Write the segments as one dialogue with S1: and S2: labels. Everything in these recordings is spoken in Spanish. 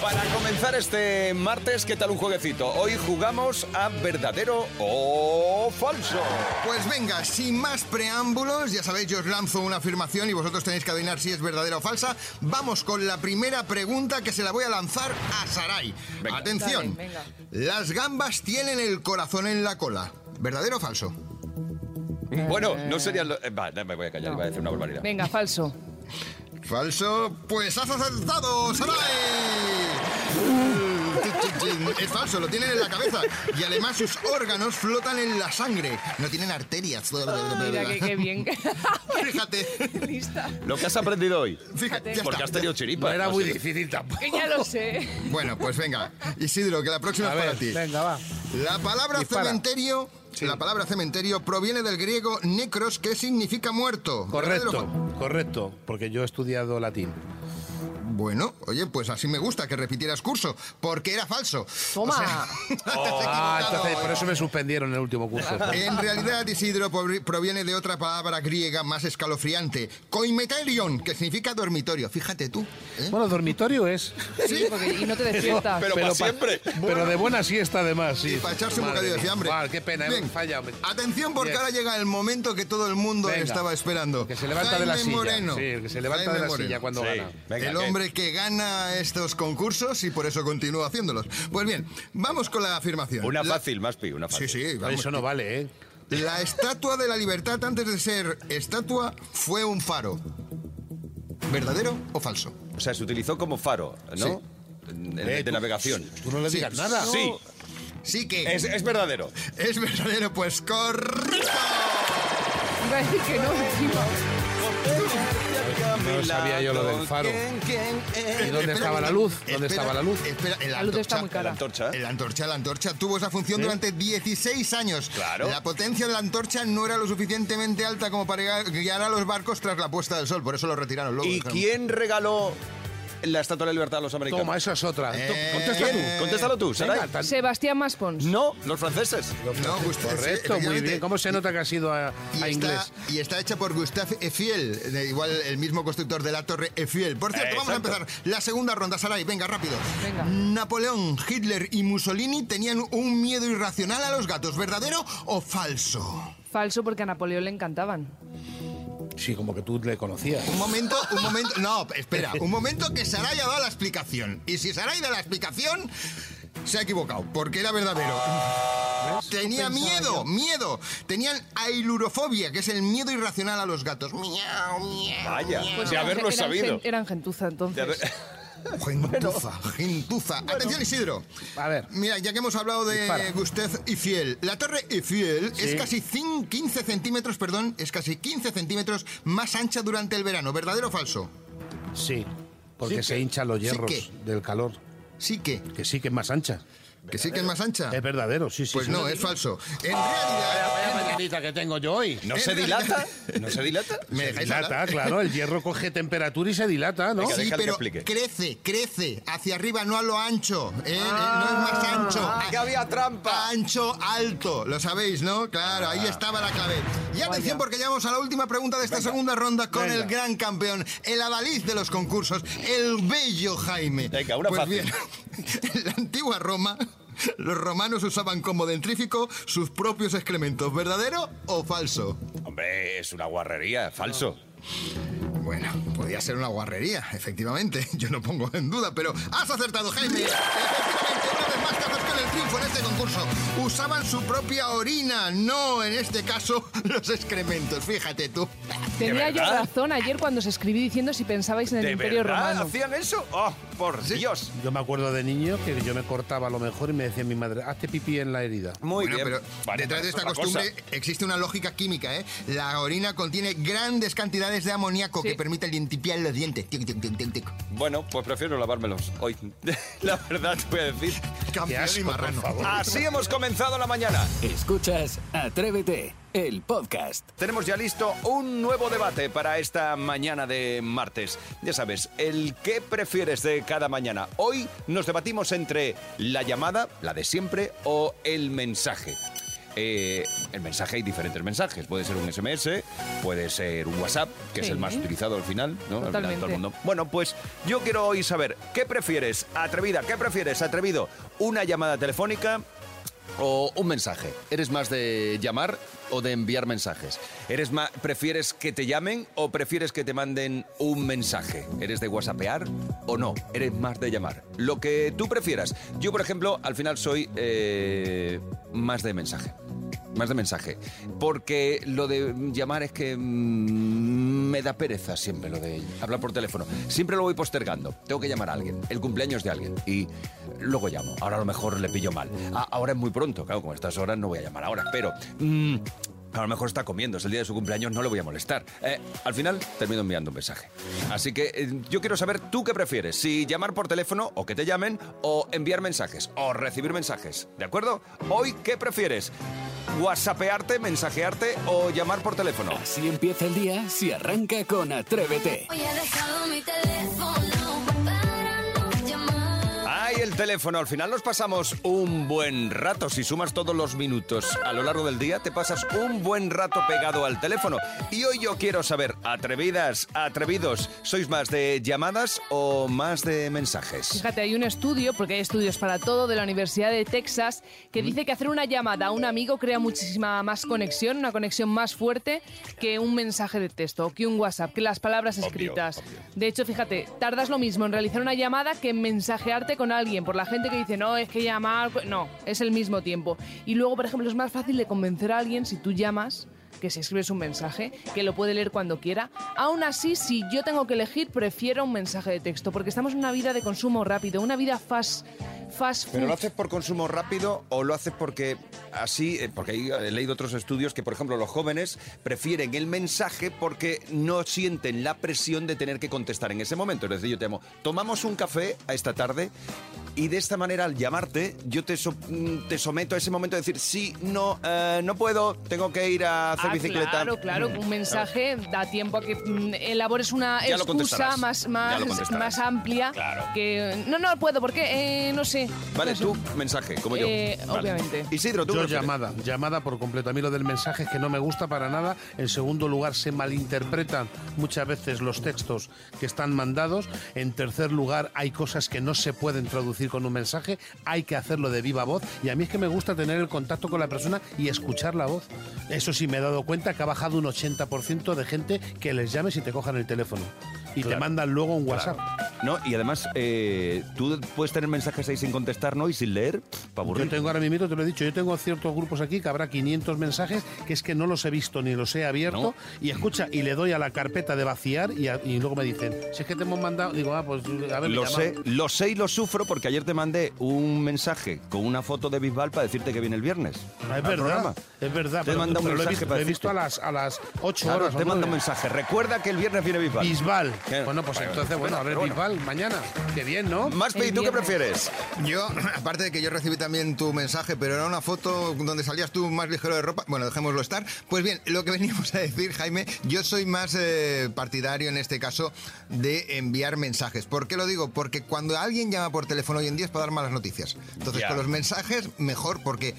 S1: Para comenzar este martes, ¿qué tal un jueguecito? Hoy jugamos a verdadero o falso.
S2: Pues venga, sin más preámbulos, ya sabéis, yo os lanzo una afirmación y vosotros tenéis que adivinar si es verdadera o falsa. Vamos con la primera pregunta que se la voy a lanzar a Sarai.
S1: Venga.
S2: Atención.
S3: Dale, venga.
S2: Las gambas tienen el corazón en la cola. ¿Verdadero o falso?
S1: Bueno, no sería lo... eh, va, no, me voy a callar, iba a decir una barbaridad.
S3: Venga, falso.
S2: Falso, pues has acertado, Sarai. Mm, chin, chin, chin. Es falso, lo tienen en la cabeza. Y además sus órganos flotan en la sangre. No tienen arterias.
S3: Mira que qué bien.
S2: Fíjate.
S3: Lista.
S1: Lo que has aprendido hoy.
S2: Fíjate, ya
S1: Porque
S2: está.
S1: has tenido chiripa.
S4: No era
S1: no
S4: muy
S1: sé.
S4: difícil tampoco.
S3: Que ya lo sé.
S2: Bueno, pues venga, Isidro, que la próxima
S4: A
S2: es para
S4: ver,
S2: ti.
S4: venga, va.
S2: La palabra
S4: Dispara.
S2: cementerio, la palabra cementerio proviene del griego necros, que significa muerto. ¿Verdadero o
S4: Correcto, correcto, porque yo he estudiado latín.
S2: fa- Bueno, oye, pues así me gusta que repitieras curso, porque era falso.
S3: Toma.
S2: te has
S4: Ah,
S2: equivocado.
S4: entonces por eso me suspendieron en el último curso.
S2: En realidad, Isidro por- proviene de otra palabra griega más escalofriante, koimeterion, que significa dormitorio. Fíjate tú. ¿eh?
S4: Bueno, dormitorio es.
S3: Sí, porque- y no te despiertas.
S1: Pero para siempre.
S4: Pero de buena siesta además, sí.
S2: Y para echarse un
S4: Madre
S2: bocadillo de
S4: mía.
S2: hambre.
S4: Vale, qué pena, ¿eh?
S2: Bien.
S4: hemos fallado. Me-
S2: Atención porque
S4: Bien.
S2: ahora llega el momento que todo el mundo
S4: Venga.
S2: estaba esperando.
S4: Que se levanta de la
S2: Jaime
S4: silla.
S2: Moreno.
S4: Sí, que se levanta
S2: Jaime
S4: de la
S2: Moreno.
S4: silla cuando
S1: Sí.
S4: gana.
S1: Venga,
S2: el
S1: que-
S2: hombre que gana estos concursos y por eso continúa haciéndolos. Pues bien, vamos con la afirmación.
S1: Una
S2: La-
S1: fácil, más pi, una
S2: Sí,
S1: fácil.
S2: sí, vamos.
S4: Eso no vale, ¿eh?
S2: La estatua de la libertad antes de ser estatua fue un faro. ¿Verdadero o falso?
S1: O sea, se utilizó como faro, ¿no? De,
S4: Eh,
S1: de
S4: tú- Ah,
S1: navegación.
S4: Tú no le
S2: Sí.
S4: digas nada.
S1: Sí,
S2: Sí que
S1: es,
S2: es,
S1: es verdadero.
S2: verdadero, pues correcto.
S3: Iba a decir que no encima.
S4: No sabía yo lo del faro. ¿Y dónde
S2: Espera,
S4: estaba la
S2: espera,
S4: luz? ¿Dónde
S2: espera,
S4: estaba la luz?
S2: Espera, en
S3: La luz está
S2: antorcha.
S3: muy
S1: La
S3: cara.
S1: antorcha.
S2: La antorcha, la antorcha tuvo esa función durante 16 años.
S1: Claro.
S2: La potencia de la antorcha no era lo suficientemente alta como para guiar a los barcos tras la puesta del sol, por eso lo retiraron luego.
S1: ¿Y
S2: Dijeron,
S1: quién regaló la Estatua de la Libertad a los americanos?
S4: Toma, esa es otra.
S2: Eh,
S4: To-
S1: Contesta tú, contéstalo tú, Saray.
S4: Venga, tan-
S3: Sebastián Maspons.
S1: No, los franceses.
S2: No, Gustavo,
S4: Correcto, muy bien. ¿Cómo se nota que has ido a,
S2: Y
S4: a
S2: está,
S4: inglés?
S2: y está hecha por Gustave Eiffel, de igual el mismo constructor de la torre Eiffel. Por cierto,
S1: Eh,
S2: vamos a
S1: exacto.
S2: empezar la segunda ronda, Saray. Venga, rápido.
S3: Venga.
S2: Napoleón, Hitler y Mussolini tenían un miedo irracional a los gatos. ¿Verdadero o falso?
S3: Falso porque a Napoleón le encantaban.
S4: Sí, como que tú le conocías.
S2: Un momento, un momento. No, espera. Un momento que Saray ha dado la explicación. Y si Saray da la explicación, se ha equivocado, porque era verdadero.
S4: Ah,
S2: Tenía miedo, miedo. Tenían ailurofobia, que es el miedo irracional a los gatos. Miau, miau.
S1: Vaya, de
S3: eran-
S1: haberlo
S3: eran
S1: sabido.
S3: Pues gen- Eran gentuza entonces.
S1: De haber-
S2: Gentuza, gentuza. Atención, Isidro.
S4: A ver.
S2: Mira, ya que hemos hablado de
S4: Dispara.
S2: Gustave Eiffel, la torre Eiffel es casi cin- 15 centímetros, perdón, es casi 15 centímetros más ancha durante el verano. ¿Verdadero o falso?
S4: Sí, porque
S2: Sí
S4: se
S2: que-
S4: hinchan los
S2: sí
S4: hierros
S2: que.
S4: del calor.
S2: Sí que,
S4: Que sí que es más ancha.
S2: que sí que es más ancha.
S4: Eh, Es verdadero, sí, sí.
S2: Ah. Pues
S4: sí.
S2: no, es falso.
S1: Ah,
S2: En realidad,
S4: mañanita que tengo yo hoy.
S1: ¿No se dilata? ¿No se dilata?
S2: ¿me
S4: Se
S2: dejáis
S4: dilata,
S2: hablar?
S4: claro. El hierro coge temperatura y se dilata, ¿no?
S1: Venga,
S2: Sí,
S1: Déjale que
S2: pero
S1: explique.
S2: crece, crece hacia arriba, no a lo ancho. ¿eh? Eh, no es más ancho.
S1: Ah, que había trampa.
S2: Ancho, alto. Lo sabéis, ¿no? Claro,
S1: Ah.
S2: ahí estaba la clave. Y atención, porque llegamos a la última pregunta de esta segunda ronda con
S4: Venga.
S2: el gran campeón, el adalid de los concursos, el bello Jaime.
S1: Venga, una
S2: pues
S1: fácil.
S2: bien, en la antigua Roma. Los romanos usaban como dentrífico sus propios excrementos, ¿verdadero o falso?
S1: Hombre, es una guarrería, falso.
S3: Ah.
S2: Bueno, podía ser una guarrería, efectivamente. Yo no pongo en duda, pero has acertado, Jaime. Efectivamente, una vez más te haces con el triunfo en este concurso. Usaban su propia orina, no en este caso los excrementos. Fíjate tú.
S3: Tenía yo
S1: verdad?
S3: razón ayer cuando os escribí diciendo si pensabais en el
S1: ¿De
S3: Imperio
S1: verdad
S3: Romano.
S1: hacían eso? ¡Oh, por Dios!
S4: Yo me acuerdo de niño que yo me cortaba a lo mejor y me decía mi madre, hazte pipí en la herida.
S1: Muy
S2: Bueno,
S1: bien.
S2: pero
S1: Vale,
S2: detrás de
S1: es
S2: esta
S1: otra
S2: costumbre
S1: cosa.
S2: existe una lógica química, ¿eh? La orina contiene grandes cantidades de amoníaco
S3: Sí.
S2: que permite limpiar los dientes. Tic, tic, tic, tic, tic.
S1: Bueno, pues prefiero lavármelos hoy. La verdad, te voy a decir.
S4: Qué
S2: Campeón y
S4: asco, por
S2: marrano.
S4: favor.
S1: Así hemos comenzado la mañana.
S5: Escuchas Atrévete, el podcast.
S1: Tenemos ya listo un nuevo debate para esta mañana de martes. Ya sabes, el qué prefieres de cada mañana. Hoy nos debatimos entre la llamada, la de siempre, o el mensaje. Eh, el mensaje hay diferentes mensajes. Puede ser un SMS, puede ser un WhatsApp, que es
S3: Sí.
S1: el más utilizado al final, ¿no? Al final
S3: Totalmente.
S1: todo el mundo. Bueno, pues yo quiero hoy saber, ¿qué prefieres, atrevida? ¿Qué prefieres, atrevido? ¿Una llamada telefónica o un mensaje? ¿Eres más de llamar o de enviar mensajes? ¿Eres más, ¿Prefieres que te llamen o prefieres que te manden un mensaje? ¿Eres de whatsappear o no? ¿Eres más de llamar? Lo que tú prefieras. Yo, por ejemplo, al final soy eh, más de mensaje. Más de mensaje. Porque lo de llamar es que mm, me da pereza siempre lo de hablar por teléfono. Siempre lo voy postergando. Tengo que llamar a alguien. El cumpleaños de alguien. Y luego llamo. Ahora a lo mejor le pillo mal. A- ahora es muy pronto. Claro, con estas horas no voy a llamar ahora. Pero... mm, a lo mejor está comiendo, es el día de su cumpleaños, no le voy a molestar. Eh, al final termino enviando un mensaje. Así que eh, yo quiero saber tú qué prefieres, si llamar por teléfono o que te llamen, o enviar mensajes, o recibir mensajes, ¿de acuerdo? Hoy, ¿qué prefieres? ¿Whatsappearte, mensajearte o llamar por teléfono?
S5: Así empieza el día si arranca con Atrévete.
S6: Hoy he dejado mi teléfono para no llamar.
S1: Ay, el teléfono. Al final nos pasamos un buen rato. Si sumas todos los minutos a lo largo del día, te pasas un buen rato pegado al teléfono. Y hoy yo quiero saber, atrevidas, atrevidos, ¿sois más de llamadas o más de mensajes?
S3: Fíjate, hay un estudio, porque hay estudios para todo, de la Universidad de Texas, que dice que hacer una llamada a un amigo crea muchísima más conexión, una conexión más fuerte que un mensaje de texto, o que un WhatsApp, que las palabras escritas. De hecho, fíjate, tardas lo mismo en realizar una llamada que en mensajearte con alguien, por la gente que dice, no, es que llamar, cu-". no, es el mismo tiempo. Y luego, por ejemplo, es más fácil de convencer a alguien si tú llamas que si escribes un mensaje, que lo puede leer cuando quiera. Aún así, si yo tengo que elegir, prefiero un mensaje de texto, porque estamos en una vida de consumo rápido, una vida fast, fast food.
S1: ¿Pero lo haces por consumo rápido o lo haces porque así, eh, porque ahí he leído otros estudios que, por ejemplo, los jóvenes prefieren el mensaje porque no sienten la presión de tener que contestar en ese momento. Es decir, yo te amo, tomamos un café a esta tarde y de esta manera al llamarte yo te, so- mm, te someto a ese momento de decir, sí, no, eh, no puedo, tengo que ir a hacer
S3: Ah,
S1: bicicleta. Mm,
S3: Claro, claro, un mensaje da tiempo a que mm, elabores una
S1: Ya lo
S3: excusa
S1: contestarás.
S3: más,
S1: Ya lo
S3: más,
S1: contestarás.
S3: más amplia.
S1: Claro.
S3: Que no, no puedo, porque eh, no sé.
S1: Vale,
S3: no sé.
S1: tú, mensaje, como yo.
S3: Eh,
S1: Vale.
S3: obviamente.
S1: Isidro, tú.
S4: Yo
S1: prefieres?
S4: llamada, llamada por completo. A mí lo del mensaje es que no me gusta para nada. En segundo lugar, se malinterpretan muchas veces los textos que están mandados. En tercer lugar, hay cosas que no se pueden traducir con un mensaje. Hay que hacerlo de viva voz. Y a mí es que me gusta tener el contacto con la persona y escuchar la voz. Eso sí, me he dado cuenta que ha bajado un 80% de gente que les llames y te cojan el teléfono. Y te mandan luego un WhatsApp.
S1: No, y además, eh, tú puedes tener mensajes ahí sin contestar, ¿no? Y sin leer, para
S4: Yo tengo ahora mismo, te lo he dicho, yo tengo ciertos grupos aquí que habrá 500 mensajes que es que no los he visto ni los he abierto. Y escucha, y le doy a la carpeta de vaciar y, a- y luego me dicen, si es que te hemos mandado, digo, ah, pues a ver, me
S1: Lo
S4: llamaron.
S1: sé, lo sé y lo sufro porque ayer te mandé un mensaje con una foto de Bisbal para decirte que viene el viernes.
S4: No,
S1: al
S4: Ah, es, verdad,
S1: programa.
S4: es verdad,
S1: Te he mandado un
S4: lo he
S1: mensaje
S4: visto,
S1: para
S4: lo he visto a
S1: decirte.
S4: las, a las 8
S1: Claro,
S4: horas.
S1: te
S4: o
S1: mando un
S4: nueve.
S1: mensaje. Recuerda que el viernes viene Bisbal.
S4: Bisbal.
S1: ¿Qué?
S4: Bueno, pues
S1: Vale,
S4: entonces,
S1: espera,
S4: bueno, a ver,
S1: pero bueno.
S4: Bisbal, mañana. Qué bien, ¿no?
S1: Maspi,
S3: El
S1: ¿tú qué
S3: viernes.
S1: prefieres?
S2: Yo, aparte de que yo recibí también tu mensaje, pero era una foto donde salías tú más ligero de ropa. Bueno, dejémoslo estar. Pues bien, lo que veníamos a decir, Jaime, yo soy más eh, partidario en este caso de enviar mensajes. ¿Por qué lo digo? Porque cuando alguien llama por teléfono hoy en día es para dar malas noticias. Entonces,
S1: Ya.
S2: con los mensajes, mejor, porque.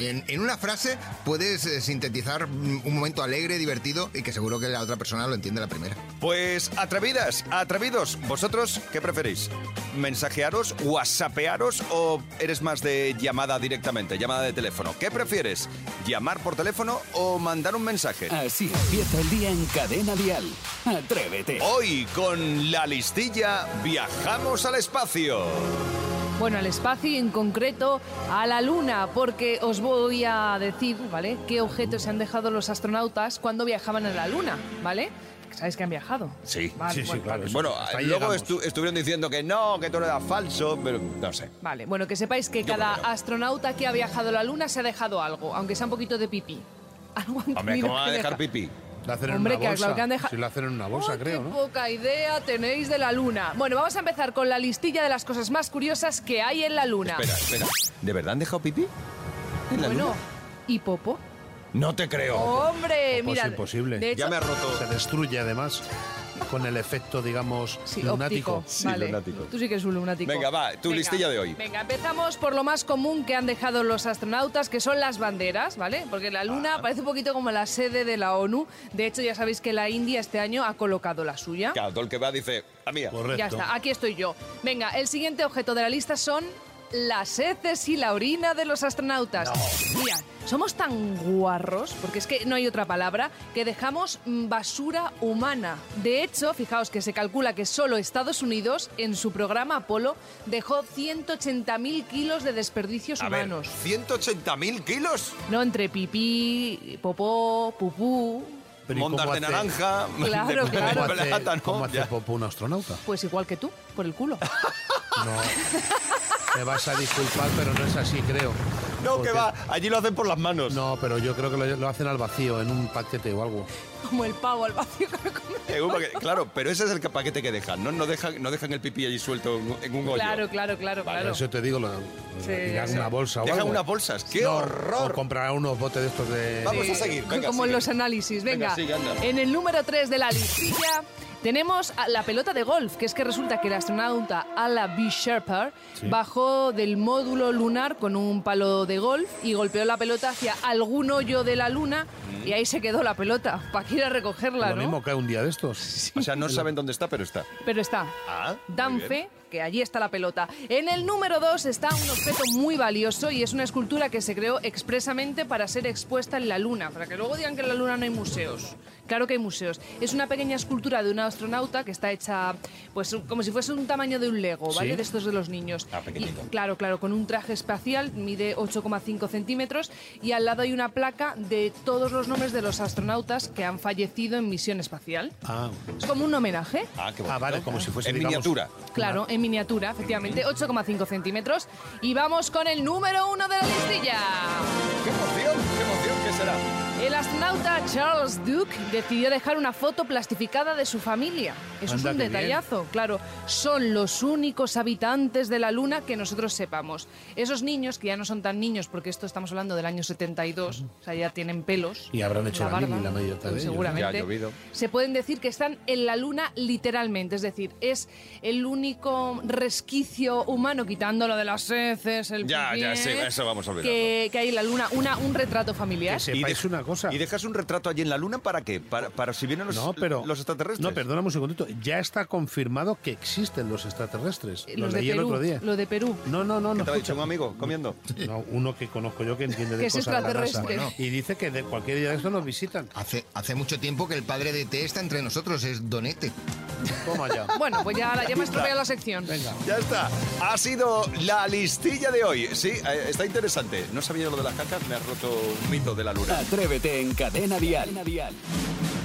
S2: En, en una frase puedes eh, sintetizar mm, un momento alegre, divertido y que seguro que la otra persona lo entiende a la primera.
S1: Pues atrevidas, atrevidos. ¿Vosotros qué preferís? ¿Mensajearos, whatsappearos o eres más de llamada directamente, llamada de teléfono? ¿Qué prefieres? ¿Llamar por teléfono o mandar un mensaje?
S5: Así empieza el día en cadena dial. Atrévete.
S1: Hoy con la listilla viajamos al espacio.
S3: Bueno, al espacio y en concreto a la Luna, porque os voy a decir, ¿vale? ¿Qué objetos se han dejado los astronautas cuando viajaban a la Luna, ¿vale? Sabéis que han viajado.
S1: Sí,
S3: Vale,
S4: sí, sí,
S3: bueno,
S4: claro.
S3: vale.
S1: Bueno,
S4: pues Hasta ahí
S1: luego
S4: llegamos.
S1: estu- estuvieron diciendo que no, que todo era falso, pero no sé.
S3: Vale, bueno, que sepáis que cada astronauta que ha viajado a la Luna se ha dejado algo, aunque sea un poquito de pipí. Algo han
S1: Hombre,
S3: tenido
S1: ¿cómo va a
S3: que
S1: dejar
S3: dejar.
S1: pipí?
S4: La hacen
S3: Hombre,
S4: en una
S3: que
S4: bolsa.
S3: claro que han dejado-
S4: Sí, la hacen en una bolsa,
S3: ¡Oh,
S4: creo,
S3: qué
S4: ¿no?
S3: poca idea tenéis de la luna. Bueno, vamos a empezar con la listilla de las cosas más curiosas que hay en la luna.
S1: Espera, espera. ¿De verdad han dejado pipí? ¿En la
S3: bueno,
S1: luna?
S3: ¿y Popo?
S1: No te
S4: Oh,
S1: creo.
S3: ¡Hombre!
S4: Popo es
S3: mira,
S4: imposible.
S3: De hecho,
S1: Ya me ha roto.
S4: Se destruye además con el efecto, digamos,
S3: Sí,
S4: lunático.
S3: óptico. vale.
S1: lunático.
S3: Tú sí que eres un lunático.
S1: Venga, va, tu listilla de hoy.
S3: Venga, empezamos por lo más común que han dejado los astronautas, que son las banderas, ¿vale? Porque la Luna
S1: Ah.
S3: parece un poquito como la sede de la ONU. De hecho, ya sabéis que la India este año ha colocado la suya.
S1: Claro, todo el que va dice, "Ah, amiga.
S4: Correcto.
S3: Ya está, aquí estoy yo. Venga, el siguiente objeto de la lista son las heces y la orina de los astronautas. Mira, somos tan guarros, porque es que no hay otra palabra, que dejamos mm, basura humana. De hecho, fijaos que se calcula que solo Estados Unidos, en su programa Apolo, dejó 180.000 kilos de desperdicios
S1: A ver,
S3: humanos.
S1: ¿180.000 kilos?
S3: No entre pipí, popó, pupú.
S4: Pero ¿y
S1: Mondas
S4: cómo
S1: de
S4: hace-
S1: naranja,
S3: Claro,
S1: de,
S3: claro.
S1: de
S4: ¿Cómo hace,
S1: plátano.
S4: cómo hace
S1: ya.
S4: Popo un astronauta?
S3: Pues igual que tú, por el culo.
S4: No. Te vas a disculpar, pero no es así, creo.
S1: No,
S4: Porque-
S1: que va, allí lo hacen por las manos.
S4: No, pero yo creo que lo, lo hacen al vacío, en un paquete o algo.
S3: Como el pavo al vacío que me comí.
S1: Eh, un paquete- Claro, pero ese es el paquete que dejan, ¿no? No dejan, no dejan el pipí allí suelto en un- en un hoyo.
S3: Claro, claro, claro, claro.
S4: Eso te digo, lo,
S3: Sí,
S4: irá en
S3: sí.
S4: una bolsa o
S1: Dejan
S4: algo.
S1: unas bolsas. ¡Qué
S4: No,
S1: horror!
S4: O comprar unos botes de estos de...
S1: Vamos
S3: Sí.
S1: a seguir. Venga,
S3: Como en
S1: sigue.
S3: los análisis.
S1: Venga,
S3: Venga,
S1: sigue, anda.
S3: en el número 3 de la listilla tenemos a la pelota de golf, que es que resulta que el astronauta Ala B. Sherper bajó del módulo lunar con un palo de golf y golpeó la pelota hacia algún hoyo de la luna y ahí se quedó la pelota para ir a recogerla,
S4: Mm. Lo
S3: ¿no?
S4: mismo que un día de estos.
S1: O sea, no saben dónde está, pero está.
S3: Pero está.
S1: Ah, muy
S3: Dan
S1: bien.
S3: fe que allí está la pelota. En el número 2 está un objeto muy valioso y es una escultura que se creó expresamente para ser expuesta en la Luna, para que luego digan que en la Luna no hay museos. Claro que hay museos. Es una pequeña escultura de un astronauta que está hecha pues como si fuese un tamaño de un Lego, ¿vale?
S4: Sí.
S3: De estos de los niños.
S1: Ah, pequeñito.
S3: Y, claro, claro, con un traje espacial, mide 8,5 centímetros y al lado hay una placa de todos los nombres de los astronautas que han fallecido en misión espacial.
S4: Ah,
S3: Es como un homenaje.
S1: Ah, qué
S4: Ah,
S1: bonito.
S4: vale, como si fuese,
S1: En
S4: digamos,
S1: miniatura.
S3: Claro, en miniatura, efectivamente, 8,5 centímetros. Y vamos con el número uno de la listilla.
S1: ¡Qué emoción! ¡Qué emoción! ¿Qué será?
S3: El astronauta Charles Duke decidió dejar una foto plastificada de su familia. Eso es
S4: Anda,
S3: un
S4: qué bien.
S3: detallazo, claro. Son los únicos habitantes de la Luna que nosotros sepamos. Esos niños, que ya no son tan niños, porque esto estamos hablando del año 72, o sea, ya tienen pelos.
S4: Y habrán hecho la
S3: barba,
S4: mili la mayor
S3: pues
S4: parte de ellos.
S3: Seguramente.
S1: Ya ha llovido.
S3: Se pueden decir que están en la Luna literalmente, es decir, es el único resquicio humano, quitándolo de las heces, el
S1: Ya,
S3: pipí,
S1: ya, sí, eso vamos a olvidarlo.
S3: que, que hay en la Luna, una, un retrato familiar.
S4: que sepáis
S1: de-
S4: una cosa.
S1: ¿Y dejas un retrato allí en la luna para qué? ¿Para, para si vienen los,
S4: no, pero,
S1: los extraterrestres?
S4: No, perdóname un segundito. Ya está confirmado que existen los extraterrestres.
S3: Eh,
S4: Los
S3: de
S4: leí el
S3: Perú,
S4: otro día.
S3: Lo de Perú.
S4: No, no, no.
S1: ¿Qué
S4: no
S1: te ha dicho
S4: escucha.
S1: un amigo comiendo?
S4: No, uno que conozco yo que entiende de
S3: Que es
S4: cosas de la NASA.
S3: extraterrestre. Bueno.
S4: Y dice que de cualquier día de estos nos visitan.
S2: Hace, hace mucho tiempo que el padre de T está entre nosotros, es Donete.
S4: Toma ya.
S3: Bueno, pues ya, ya me estropeado la sección.
S4: Venga.
S1: Ya está. Ha sido la listilla de hoy. Sí, eh, está interesante. No sabía lo de las cacas, me ha roto un mito de la luna.
S5: Atrévete en Cadena Dial.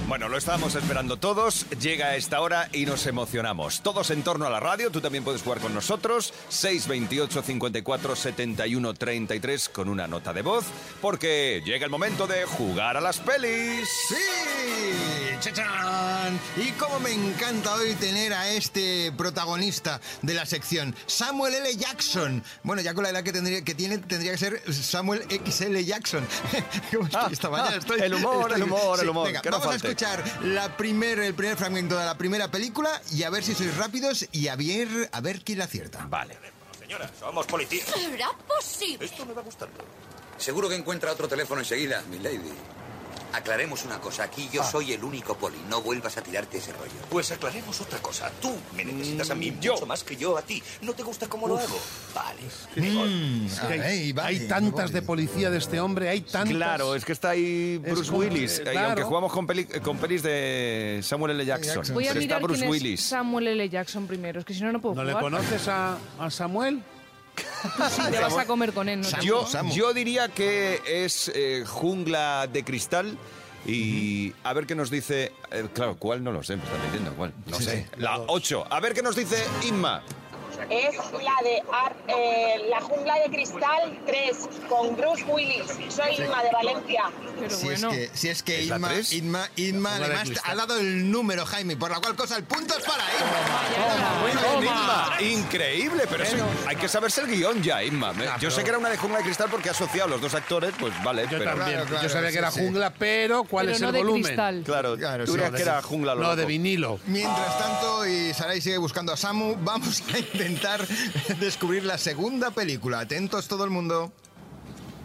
S1: Bueno, lo estábamos esperando todos. Llega esta hora y nos emocionamos. Todos en torno a la radio. Tú también puedes jugar con nosotros. 628 54 71 33 con una nota de voz. Porque llega el momento de jugar a las pelis.
S2: ¡Sí! ¡Chachán! Y como me encanta hoy tener a este protagonista de la sección, Samuel L. Jackson. Bueno, ya con la edad que, tendría, que tiene, tendría que ser Samuel XL Jackson. ¿Cómo estoy
S1: Ah,
S2: esta mañana?
S1: ah,
S2: Estoy-
S1: el humor, el humor, el humor,
S2: venga,
S1: que no
S2: vamos a
S1: falte.
S2: escuchar la primer, el primer fragmento de la primera película y a ver si sois rápidos y a ver, a ver quién la acierta.
S1: Vale.
S7: Señora, somos policías.
S6: ¿Será posible?
S7: Esto me va a gustar.
S8: Seguro que encuentra otro teléfono enseguida, mi lady. Aclaremos una cosa, aquí yo soy el único poli, no vuelvas a tirarte ese rollo.
S7: Ah.
S8: Mm,
S7: Pues aclaremos otra cosa. Tú me necesitas a mí mucho más que yo a ti. ¿No te gusta cómo lo hago? Vale.
S2: Mm,
S4: Es que hay,
S2: Ay, vale,
S4: hay tantas de policía de este hombre, hay tantas.
S1: Claro, es que está ahí
S4: Es
S1: Bruce
S4: como-
S1: Willis.
S4: eh,
S1: Y
S4: claro.
S1: aunque jugamos con, peli- con pelis de Samuel L. Jackson,
S2: Jackson.
S3: Voy a
S1: pero está
S3: mirar
S1: Bruce
S3: quién
S1: Willis.
S3: es Samuel L. Jackson primero, es que si no, no puedo
S4: ¿No le
S3: jugar.
S4: conoces a, a Samuel?
S3: Te vas a comer con él, ¿no?
S2: Samuel.
S1: Yo,
S2: Samu.
S1: yo diría que es eh, jungla de cristal. Y a ver qué nos dice. eh, claro, ¿cuál? No lo sé, me está diciendo cuál. No sé. La 8. A ver qué nos dice Inma.
S9: es la de Ar- eh, La Jungla de Cristal 3 con Bruce Willis. Soy Inma de Valencia.
S3: Pero
S2: Si
S3: bueno,
S2: es que, si es que
S1: ¿Es la
S2: Inma,
S1: tres?
S2: Inma, Inma
S4: jugada de
S2: además
S4: cristal.
S2: ha dado el número, Jaime, por la cual cosa el punto es para Inma.
S1: Bueno, Inma, increíble, pero eso- hay que saberse el guión ya, Inma. Me-
S4: Ya,
S1: Yo
S4: pero-
S1: sé que era una de jungla de cristal porque he asociado a los dos actores, pues vale,
S4: Yo
S1: pero.
S4: también.
S2: Claro, claro,
S4: Yo sabía
S2: sí,
S4: que era
S2: sí.
S4: jungla, pero ¿cuál
S3: pero
S4: es
S3: no
S4: el
S3: de
S4: volumen?
S3: cristal.
S1: Claro,
S2: Claro,
S1: tú
S2: sí,
S1: creías
S2: no,
S1: que
S2: de-
S1: era jungla lo
S4: No,
S1: loco.
S4: de vinilo.
S2: Mientras tanto, y Sarai sigue buscando a Samu, vamos a intentar descubrir la segunda película. Atentos todo el mundo.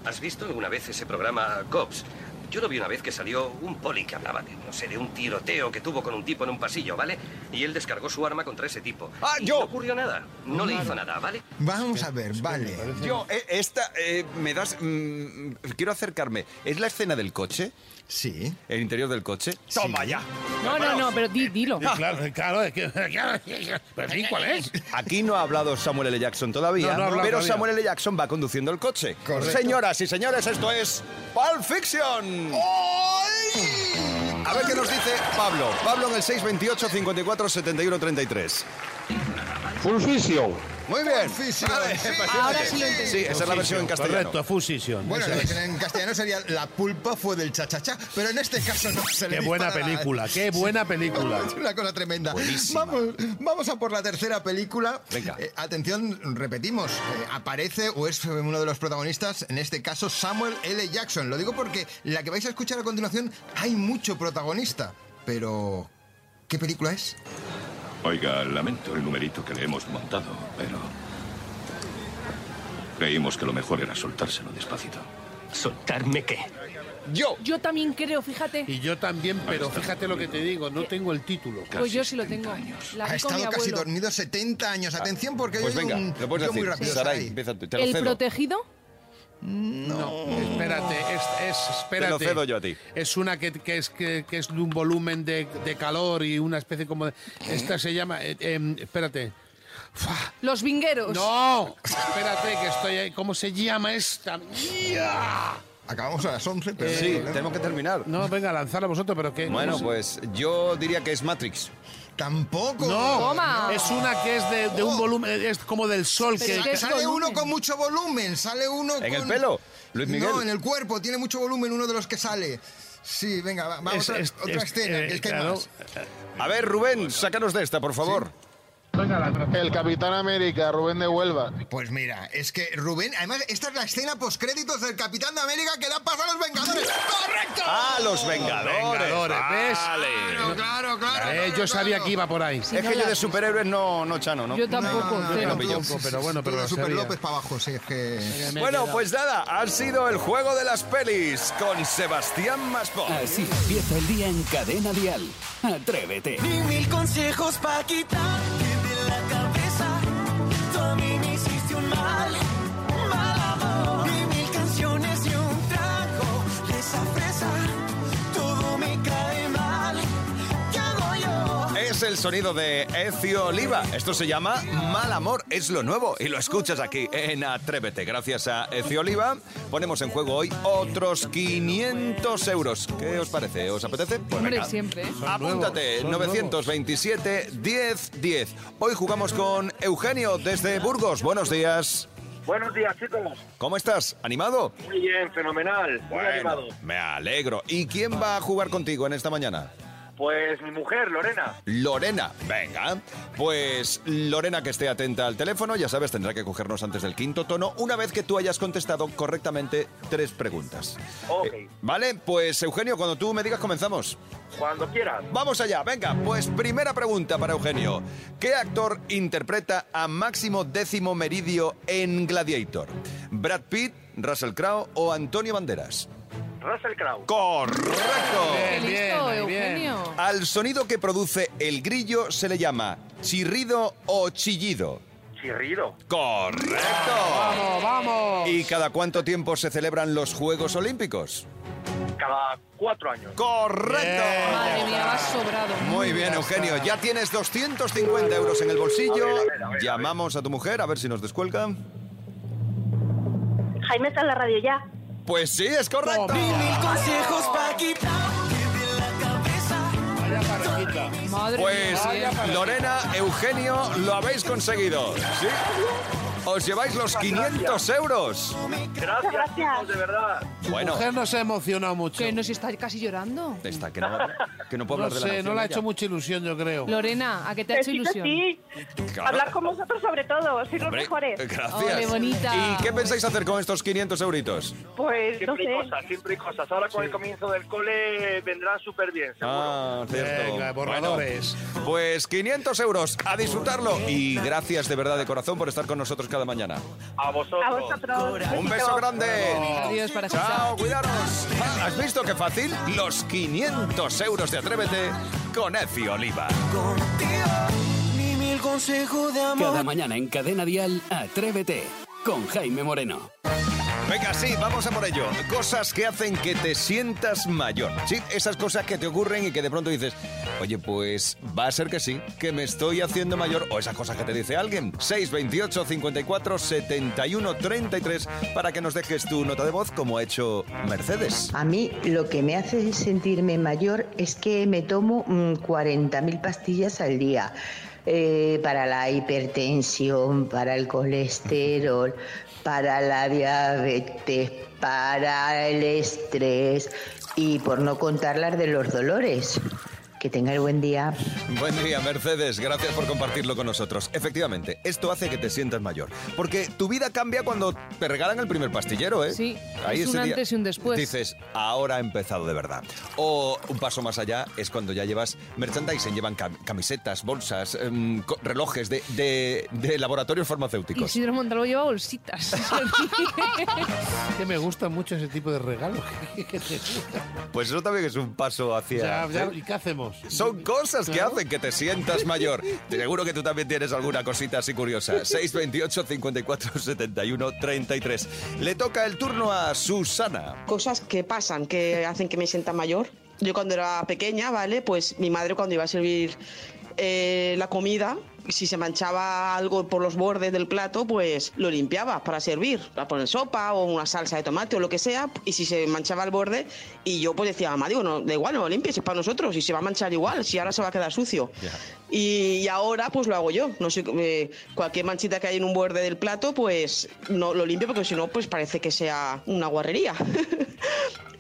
S7: ¿Has visto alguna vez ese programa Cops? Yo lo vi una vez que salió un poli que hablaba de, no sé, de un tiroteo que tuvo con un tipo en un pasillo, ¿vale? Y él descargó su arma contra ese tipo.
S1: ¡Ah,
S7: Y
S1: yo!
S7: No ocurrió nada. No le hizo nada, ¿vale?
S2: Vamos a ver, vale.
S1: Yo, eh, esta, eh, me das. mm, quiero acercarme. ¿Es la escena del coche?
S2: Sí.
S1: ¿El interior del coche? ¡Toma ya!
S3: No, no, no, pero di- dilo.
S4: Sí, Claro, eh, claro, es que. claro, pero sí, ¿cuál es?
S1: Aquí no ha hablado Samuel L. Jackson todavía,
S4: No, no ha hablado
S1: pero
S4: todavía.
S1: Samuel L. Jackson va conduciendo el coche.
S2: Correcto.
S1: Señoras y señores, esto es Pulp Fiction. A ver qué nos dice Pablo. Pablo en el 628 54 71 33. Muy bien.
S2: Fiction, sí.
S1: pues
S2: Ahora
S1: fíjate.
S2: sí lo entendí.
S1: Sí, esa es la versión en castellano.
S4: Correcto, Fusión.
S2: Bueno, en castellano sería La pulpa fue del chachachá, pero en este caso no se le
S4: Qué buena
S2: dispara la-
S4: película, qué buena película.
S2: Es una cosa tremenda.
S1: Buenísima.
S2: Vamos, vamos a por la tercera película.
S1: Venga.
S2: Eh, atención, repetimos. eh, aparece o es uno de los protagonistas, en este caso Samuel L. Jackson. Lo digo porque la que vais a escuchar a continuación hay mucho protagonista. Pero, ¿qué película es?
S10: Oiga, lamento el numerito que le hemos montado, pero... Creímos que lo mejor era soltárselo despacito.
S7: ¿Soltarme qué?
S1: Yo.
S3: Yo también creo, fíjate.
S4: Y yo también, pero fíjate lo que te digo, no tengo el título.
S3: Pues yo sí lo tengo. La
S2: Ha
S3: vi con mi
S2: estado casi
S3: abuelo.
S2: dormido 70 años. Atención porque
S1: Pues
S2: yo
S1: venga,
S2: un,
S1: lo puedes
S2: yo muy
S1: decir.
S2: rápido.
S1: Sarai,
S2: Sarai.
S1: empieza tú. Te lo
S3: ¿El
S1: cedo.
S3: protegido?
S4: No, espérate, es, es- espérate.
S1: Te lo cedo yo a ti.
S4: Es una que, que es, que, que es de un volumen de, de calor y una especie como de... Esta se llama... eh, em, espérate. Fua,
S3: Los vingueros.
S4: No, espérate que estoy ahí. ¿Cómo se llama esta? ¡Ya!
S2: Acabamos a las 11, pero no hay
S1: Eh, Sí,
S2: problema.
S1: tenemos que terminar.
S4: No, venga, lanzarla vosotros, pero que...
S1: Bueno, pues yo diría que es Matrix.
S2: Tampoco.
S4: No,
S3: Toma.
S4: es una que es de, de un
S2: Oh.
S4: volumen, eh, es como del sol
S3: Pero
S4: que...
S3: es que-
S2: Sale
S3: volumen.
S2: uno con mucho volumen, sale uno
S1: ¿En
S2: con-
S1: el pelo? Luis Miguel.
S2: No, en el cuerpo, tiene mucho volumen uno de los que sale. Sí, venga, va, va,
S4: es-
S2: otra,
S4: es-
S2: otra
S4: es-
S2: escena,
S4: eh,
S2: que es que hay
S4: claro.
S2: más.
S1: A ver, Rubén, sácanos de esta, por favor.
S11: El Capitán América, Rubén de Huelva.
S2: Pues mira, es que Rubén, además esta es la escena postcréditos del Capitán de América que da paso a los Vengadores. ¡Correcto!
S1: ¡Ah, los Vengadores!
S4: Vengadores, ¿ves?
S1: Vale.
S2: Claro, claro, claro.
S4: Eh, yo
S2: claro,
S4: sabía
S2: claro.
S4: que iba por ahí.
S1: Es que yo de superhéroes no, no chano, ¿no?
S3: Yo tampoco.
S2: No,
S3: cero.
S1: no, no,
S4: Tampoco, pero bueno,
S2: Tú
S4: pero
S2: de
S4: lo
S2: Super
S4: sabía.
S2: López para abajo, sí, es que...
S1: Bueno, pues nada, ha sido el juego de las pelis con Sebastián Maspó.
S5: Así empieza el día en Cadena Dial. Atrévete.
S11: mil consejos para quitarte de la cabeza. Tú a mí me hiciste un mal, un mal amor. Ni mil canciones y un trago de esa fresa. Todo me cae mal. ¿Qué hago yo?
S1: Es el sonido de Ezio Oliva. Esto se llama Mal Amor, es lo nuevo y lo escuchas aquí en Atrévete. Gracias a Ezio Oliva ponemos en juego hoy otros 500 euros. ¿Qué os parece? ¿Os apetece? Pues
S3: Hombre,
S1: venga.
S3: siempre. ¿eh?
S1: Apúntate,
S4: nuevos, son
S1: 927 10 10. Hoy jugamos con Eugenio desde Burgos. Buenos días.
S11: Buenos días, chicos.
S1: ¿Cómo estás? ¿Animado?
S11: Muy bien, fenomenal. Muy animado.
S1: me alegro. ¿Y quién va a jugar contigo en esta mañana?
S11: Pues mi mujer, Lorena.
S1: Lorena, venga. Pues Lorena que esté atenta al teléfono, ya sabes, tendrá que cogernos antes del quinto tono una vez que tú hayas contestado correctamente tres preguntas.
S11: Ok.
S1: vale, pues Eugenio, cuando tú me digas comenzamos.
S11: Cuando quieras.
S1: Vamos allá, venga, pues primera pregunta para Eugenio. ¿Qué actor interpreta a Máximo Décimo Meridio en Gladiator? ¿Brad Pitt, Russell Crowe o Antonio Banderas?
S11: Russell Crowe.
S1: ¡Correcto!
S3: Qué
S4: Bien,
S3: listo,
S4: bien, bien.
S3: Eugenio.
S1: Al sonido que produce el grillo se le llama chirrido o chillido.
S11: Chirrido.
S1: ¡Correcto!
S4: ¡Vamos, vamos!
S1: ¿Y cada cuánto tiempo se celebran los Juegos Olímpicos?
S11: Cada cuatro años.
S1: ¡Correcto!
S3: Madre mía, vas sobrado. Mm,
S1: Muy bien, Eugenio. Ya tienes 250 euros en el bolsillo.
S11: A ver, a ver, a ver, a
S1: Llamamos a tu mujer a ver si nos descuelga.
S9: Jaime está en la radio ya.
S1: Pues sí, es correcto.
S11: consejos para quitar de la cabeza.
S4: cajita.
S3: Madre
S1: Pues
S3: mía, vaya
S1: Lorena, Eugenio, lo habéis conseguido. ¿sí? Os lleváis los 500 euros.
S3: Gracias, gracias. de verdad.
S1: Bueno,
S4: Mujer no se ha emocionado mucho.
S3: Que nos está casi llorando.
S1: está, que no, que no puedo
S4: No
S1: hablar de la
S4: sé, no
S1: nación
S4: le ha
S1: ella.
S4: hecho mucha ilusión, yo creo.
S3: Lorena, ¿a qué te ha hecho
S12: Sí,
S3: ilusión?
S12: sí.
S1: Claro.
S12: Hablar con vosotros sobre todo, sois los
S1: Hombre, eh,
S12: mejores.
S1: Gracias.
S3: Ole, bonita.
S1: ¿Y qué pensáis hacer con estos 500 euritos?
S12: Pues no
S13: Siempre
S12: sé.
S13: hay cosas, siempre hay cosas. Ahora con el comienzo del cole vendrán súper bien.
S1: Ah, cierto.
S4: Venga, borradores.
S1: Bueno, pues 500 euros, a disfrutarlo. Y gracias de verdad, de corazón, por estar con nosotros cada mañana.
S13: A vosotros.
S12: A vosotros.
S1: Un beso grande.
S3: Adiós, para
S1: Chao, cuidaros. Ah, ¿Has visto qué fácil? Los 500 euros de Atrévete con Efi Oliva.
S11: Ni mil consejos de amor.
S5: Cada mañana en Cadena Dial, Atrévete con Jaime Moreno.
S1: Venga, sí, vamos a por ello. Cosas que hacen que te sientas mayor. Sí, esas cosas que te ocurren y que de pronto dices, oye, pues va a ser que sí, que me estoy haciendo mayor. O esas cosas que te dice alguien. 628 54 71 33 para que nos dejes tu nota de voz como ha hecho Mercedes.
S14: A mí lo que me hace sentirme mayor es que me tomo mm, 40.000 pastillas al día. eh, para la hipertensión, para el colesterol, para la diabetes, para el estrés y por no contar las de los dolores. Que tenga el buen día.
S1: Buen día, Mercedes. Gracias por compartirlo con nosotros. Efectivamente, esto hace que te sientas mayor. Porque tu vida cambia cuando te regalan el primer pastillero, ¿eh?
S3: Sí, es un
S1: ese día
S3: antes y un después.
S1: Dices, ahora ha empezado de verdad. O un paso más allá es cuando ya llevas merchandising, llevan cam- camisetas, bolsas, em, co- relojes de, de- de laboratorios farmacéuticos.
S3: Isidro Montalvo lleva bolsitas.
S4: Que me gusta mucho ese tipo de regalos. que- que te-
S1: Pues eso también es un paso hacia...
S4: Ya, ya, ¿Y qué hacemos?
S1: Son cosas que hacen que te sientas mayor. Seguro que tú también tienes alguna cosita así curiosa. 628 54 71 33. Le toca el turno a Susana.
S15: cosas que pasan, que hacen que me sienta mayor. Yo cuando era pequeña, ¿vale? Pues mi madre cuando iba a servir eh, la comida, si se manchaba algo por los bordes del plato, pues lo limpiaba para servir, para poner sopa o una salsa de tomate o lo que sea. Y si se manchaba el borde, y yo pues decía, mamá, digo, no, da igual, no lo limpies, es para nosotros, y se va a manchar igual, si ahora se va a quedar sucio. Y, y ahora pues lo hago yo. No sé, eh, cualquier manchita que hay en un borde del plato, pues no lo limpio porque si no, pues parece que sea una guarrería.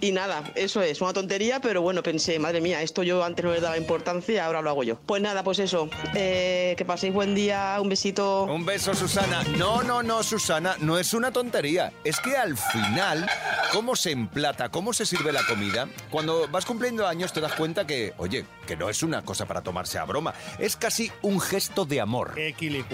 S15: y nada, eso es, una tontería, pero bueno, pensé, madre mía, esto yo antes no le daba importancia y ahora lo hago yo. Pues nada, pues eso, eh, que paséis buen día, un besito.
S1: Un beso, Susana. No, no, no, Susana, no es una tontería. Es que al final, cómo se emplata, cómo se sirve la comida, cuando vas cumpliendo años te das cuenta que, oye, que no es una cosa para tomarse a broma. Es casi un gesto de amor.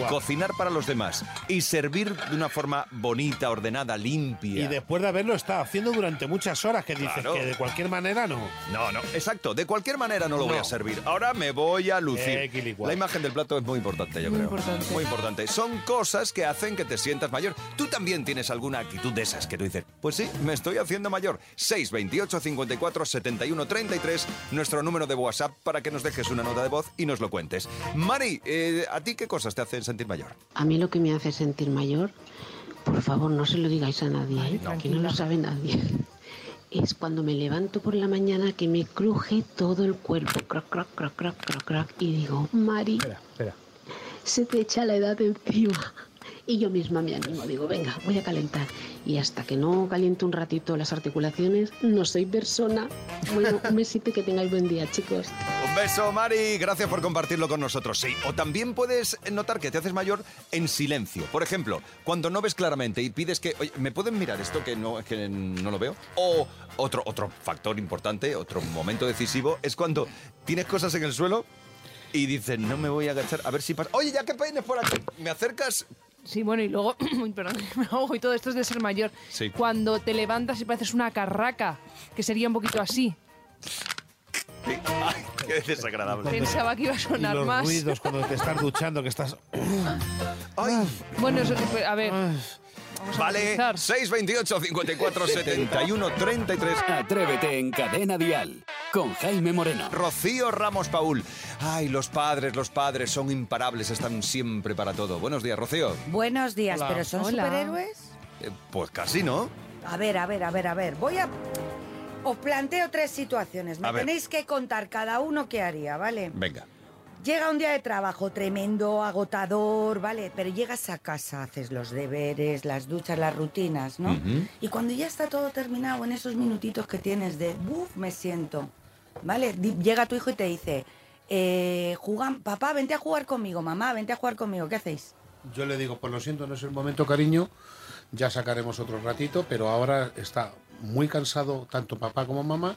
S1: Cocinar para los demás y servir de una forma bonita, ordenada, limpia.
S4: Y después de haberlo estado haciendo durante muchas horas, que dices
S1: Claro.
S4: que de cualquier manera no.
S1: No, no, exacto. De cualquier manera no lo voy
S4: No.
S1: a servir. Ahora me voy a lucir.
S4: Equilicuado.
S1: La imagen del plato es muy importante, yo
S4: Muy
S1: creo.
S4: importante.
S1: Muy importante. Son cosas que hacen que te sientas mayor. Tú también tienes alguna actitud de esas que tú dices, pues sí, me estoy haciendo mayor. 628 54 71 33, nuestro número de WhatsApp para que nos dejes una nota de voz y nos lo cuentes. Mari, eh, ¿a ti qué cosas te hacen sentir mayor?
S16: A mí lo que me hace sentir mayor, por favor, no se lo digáis a nadie, ¿eh? que no lo sabe nadie. Es cuando me levanto por la mañana que me cruje todo el cuerpo, crac, crac, crac, crac, crac, crac, y digo, Mari,
S4: Espera.
S16: se te echa la edad encima. Y yo misma me animo, digo, venga, voy a calentar. Y hasta que no caliento un ratito las articulaciones, no soy persona. Bueno, un besito y que tengáis buen día, chicos.
S1: Un beso, Mari. Gracias por compartirlo con nosotros. Sí, o también puedes notar que te haces mayor en silencio. Por ejemplo, cuando no ves claramente y pides que, oye, ¿me pueden mirar esto que no, que no lo veo? O otro, otro factor importante, otro momento decisivo, es cuando tienes cosas en el suelo y dices, no me voy a agachar, a ver si pasa. Oye, ya que peines por aquí, ¿me acercas?
S3: Sí, bueno, y luego, uy, perdón, me ahogo y todo esto es de ser mayor.
S1: Sí.
S3: Cuando te levantas y pareces una carraca, que sería un poquito así.
S1: Sí. Ay, qué desagradable.
S3: Pensaba que iba a
S4: y
S12: Pues
S3: sonar
S4: los
S3: más.
S4: ruidos cuando te estás duchando, que estás...
S3: Bueno, eso- eh, a ver. Vamos a
S1: Vale,
S3: analizar.
S1: 628 54 71 33.
S5: Atrévete en Cadena Dial con Jaime Moreno.
S1: Rocío Ramos Paul. Ay, los padres, los padres son imparables, están siempre para todo. Buenos días, Rocío.
S17: Buenos días,
S1: Hola.
S17: ¿pero son
S1: Hola.
S17: superhéroes?
S1: Eh, pues casi, ¿no?
S17: A ver, a ver, a ver, a ver. Voy a. Os planteo tres situaciones. Me
S1: A ver.
S17: tenéis que contar cada uno qué haría, ¿vale?
S1: Venga.
S17: Llega un día de trabajo tremendo, agotador, ¿vale? Pero llegas a casa, haces los deberes, las duchas, las rutinas, ¿no?
S11: Ujú.
S17: Y cuando ya está todo terminado, en esos minutitos que tienes de, ¡buf! Me siento, ¿vale? Di- Llega tu hijo y te dice, eh, jugan- papá, vente a jugar conmigo, mamá, vente a jugar conmigo, ¿qué hacéis?
S4: Yo le digo, pues lo siento, no es el momento, cariño. Ya sacaremos otro ratito, pero ahora está muy cansado tanto papá como mamá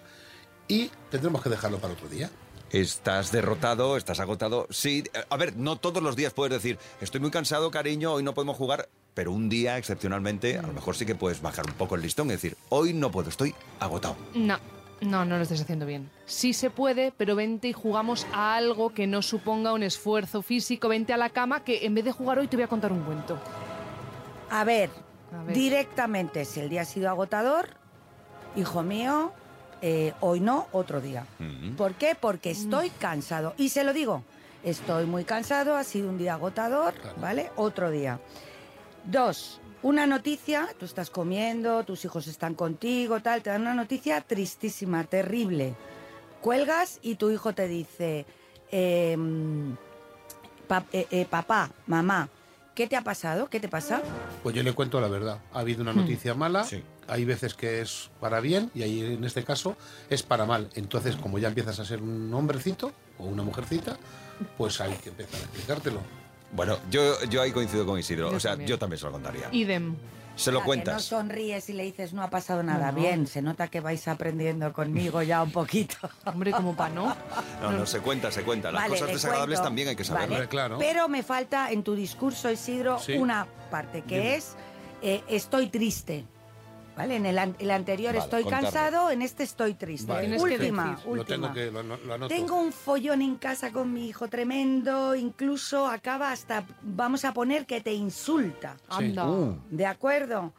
S4: y tendremos que dejarlo para otro día.
S1: Estás derrotado, estás agotado. Sí, eh, a ver, no todos los días puedes decir, estoy muy cansado, cariño, hoy no podemos jugar, pero un día, excepcionalmente, a lo mejor sí que puedes bajar un poco el listón y decir, hoy no puedo, estoy agotado.
S3: No, no, no lo estás haciendo bien. Sí se puede, pero vente y jugamos a algo que no suponga un esfuerzo físico. Vente a la cama que en vez de jugar hoy te voy a contar un cuento.
S17: A ver,
S3: ver.
S17: directamente, si el día ha sido agotador, hijo mío, eh, hoy no, otro día. ¿Por qué? Porque estoy cansado. Y se lo digo, estoy muy cansado, ha sido un día agotador, ¿vale? Otro día. Dos, una noticia, tú estás comiendo, tus hijos están contigo, tal, te dan una noticia tristísima, terrible. Cuelgas y tu hijo te dice, em, pa- eh, eh, papá, mamá, ¿qué te ha pasado? ¿Qué te pasa?
S4: Pues yo le cuento la verdad. Ha habido
S17: Hmm.
S4: una noticia mala. Hay veces que es para bien y ahí en este caso es para mal. Entonces, como ya empiezas a ser un hombrecito o una mujercita, pues hay que empezar a explicártelo.
S1: Bueno, yo, yo ahí coincido con Isidro,
S3: Yo
S1: o sea,
S3: también.
S1: yo también se lo contaría.
S3: Idem.
S1: Se lo
S17: sea, Que no
S1: cuentas.
S17: sonríes y le dices no ha pasado nada.
S3: No.
S17: Bien, se nota que vais aprendiendo conmigo ya un poquito.
S3: Hombre, como para no.
S1: No, no, se cuenta, se cuenta. Las
S17: Vale,
S1: cosas
S17: le
S1: desagradables
S17: cuento.
S1: también hay que saberlas.
S17: Vale, Pero me falta en tu discurso, Isidro,
S1: Sí.
S17: una parte que
S1: Dime.
S17: es eh, estoy triste. ¿Vale? En el, an- el anterior
S4: Vale,
S17: estoy
S4: contarlo.
S17: cansado, en este estoy triste.
S4: Vale,
S17: última,
S4: perfecto. Lo
S17: última.
S4: tengo que lo, ano- lo anoto.
S17: Tengo un follón en casa con mi hijo tremendo, incluso acaba hasta, vamos a poner que te insulta.
S4: Sí. Anda. Uh.
S17: ¿De acuerdo?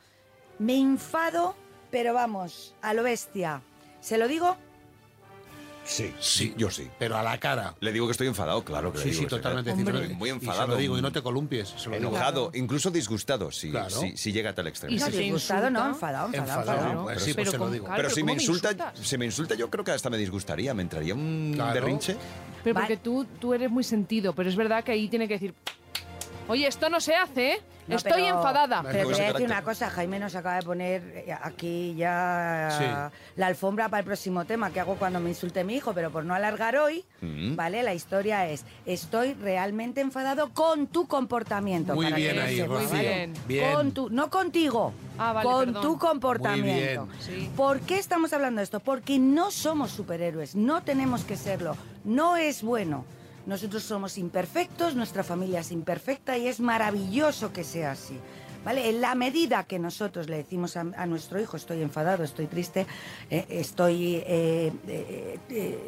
S17: Me enfado, pero vamos, a lo bestia. ¿Se lo digo?
S1: Sí, sí, yo sí.
S4: Pero a la cara.
S1: Le digo que estoy enfadado, claro que le
S4: Sí,
S1: digo
S4: sí,
S1: que estoy
S4: totalmente.
S1: enfadado.
S4: Hombre.
S1: Estoy Muy
S4: Y se lo
S1: enfadado.
S4: digo, y no te columpies, se lo digo.
S1: enojado, incluso disgustado, si,
S4: Claro.
S1: si, si llega a tal extremo.
S17: no, disgustado, no, enfadado, enfadado, enfadado.
S1: Pero
S4: Sí,
S1: si-
S4: pues se lo
S17: con-
S4: digo.
S17: claro,
S1: pero
S17: pero
S1: si me
S17: ¿cómo me
S1: insulta, si me insulta, yo creo que hasta me disgustaría, me entraría un
S4: Claro.
S1: berrinche.
S3: Pero porque tú, tú eres muy sentido, pero es verdad que ahí tiene que decir, oye, esto no se hace, ¿eh?
S17: No,
S3: Estoy
S17: pero-
S3: enfadada.
S17: Pero te voy a decir una cosa, Jaime nos acaba de poner eh, aquí ya la alfombra para el próximo tema, que hago cuando me insulte mi hijo, pero por no alargar hoy,
S11: Mm.
S17: ¿vale? La historia es, estoy realmente enfadado con tu comportamiento.
S11: Muy
S17: para que
S11: bien
S17: lo
S11: ahí,
S17: sepas,
S11: Rocío.
S17: ¿vale?
S11: Bien.
S17: Con tu, no contigo,
S11: Ah, vale,
S17: con
S11: perdón.
S17: tu comportamiento.
S11: Muy bien. Sí.
S17: ¿Por qué estamos hablando de esto? Porque no somos superhéroes, no tenemos que serlo, no es bueno. Nosotros somos imperfectos, nuestra familia es imperfecta y es maravilloso que sea así. ¿Vale? En la medida que nosotros le decimos a, a nuestro hijo, estoy enfadado, estoy triste, eh, estoy eh, eh, eh,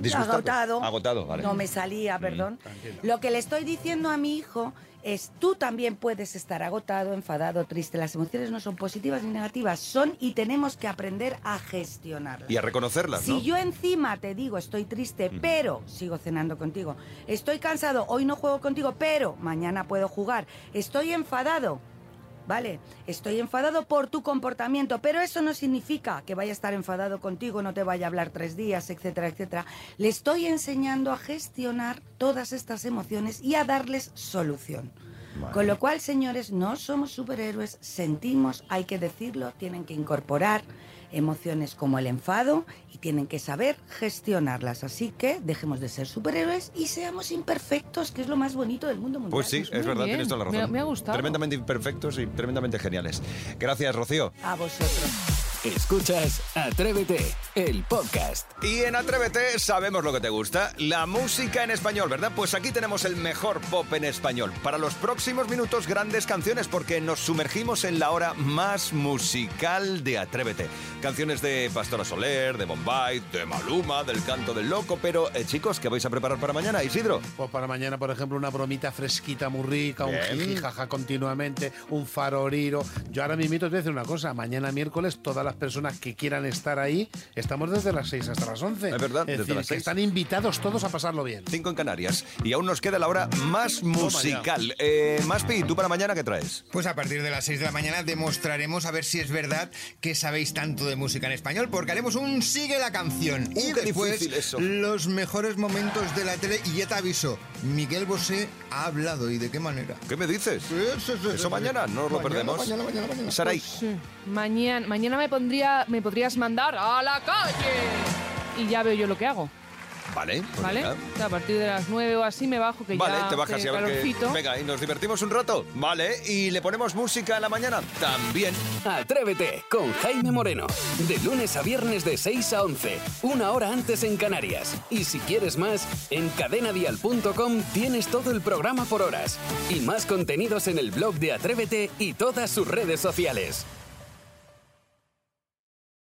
S1: Disgustado.
S17: agotado,
S1: Agotado, vale.
S17: no me salía,
S1: Mm.
S17: perdón, lo que le estoy diciendo a mi hijo es tú también puedes estar agotado, enfadado, triste. Las emociones no son positivas ni negativas, son y tenemos que aprender a gestionarlas.
S1: Y a reconocerlas,
S17: Si
S1: ¿no?
S17: yo encima te digo estoy triste,
S1: Mm.
S17: pero sigo cenando contigo, estoy cansado, hoy no juego contigo, pero mañana puedo jugar, estoy enfadado. Vale, estoy enfadado por tu comportamiento, pero eso no significa que vaya a estar enfadado contigo, no te vaya a hablar tres días, etcétera, etcétera. Le estoy enseñando a gestionar todas estas emociones y a darles solución. Con lo cual, señores, no somos superhéroes, sentimos, hay que decirlo, tienen que incorporar emociones como el enfado y tienen que saber gestionarlas. Así que dejemos de ser superhéroes y seamos imperfectos, que es lo más bonito del mundo mundial.
S1: Pues sí, es verdad, tienes toda la razón.
S3: Me ha- me ha gustado.
S1: Tremendamente imperfectos y tremendamente geniales. Gracias, Rocío.
S17: A vosotros.
S5: Escuchas Atrévete, el podcast.
S1: Y en Atrévete sabemos lo que te gusta, la música en español, ¿verdad? Pues aquí tenemos el mejor pop en español. Para los próximos minutos, grandes canciones, porque nos sumergimos en la hora más musical de Atrévete. Canciones de Pastora Soler, de Bombay, de Maluma, del Canto del Loco, pero eh, chicos, ¿qué vais a preparar para mañana, Isidro?
S4: Pues para mañana, por ejemplo, una bromita fresquita muy rica, un
S1: Bien.
S4: jiji, jaja continuamente, un faroriro. Yo ahora mismo te voy a decir una cosa. Mañana miércoles toda la las personas que quieran estar ahí. Estamos desde las 6 hasta las 11. Es verdad,
S1: desde las
S4: que
S1: 6.
S4: están invitados todos a pasarlo bien.
S1: 5 en Canarias. Y aún nos queda la hora más musical. Eh, Maspi, ¿tú para mañana qué traes?
S2: Pues a partir de las 6 de la mañana demostraremos a ver si es verdad que sabéis tanto de música en español, porque haremos un sigue la canción. y
S1: Uh, qué
S2: después
S1: difícil eso.
S2: los mejores momentos de la tele. Y ya te aviso, Miguel Bosé ha hablado y de qué manera.
S1: ¿Qué me dices? Eso mañana, no nos lo
S2: Mañana,
S1: perdemos.
S2: mañana, mañana, mañana. pues
S1: Saray,
S3: Mañana, mañana me, pondría, me podrías mandar a la calle. Y ya veo yo lo que hago,
S1: vale. pues
S3: ¿vale?
S1: venga.
S3: O sea, a partir de las 9 o así me bajo, que
S1: Vale,
S3: ya
S1: te bajas
S3: hace
S1: y a ver qué...
S3: calorcito.
S1: Venga, y nos divertimos un rato. Vale, y le ponemos música a la mañana también.
S5: Atrévete con Jaime Moreno. De lunes a viernes de 6 a 11. Una hora antes en Canarias. Y si quieres más, en cadenadial.com tienes todo el programa por horas. Y más contenidos en el blog de Atrévete y todas sus redes sociales.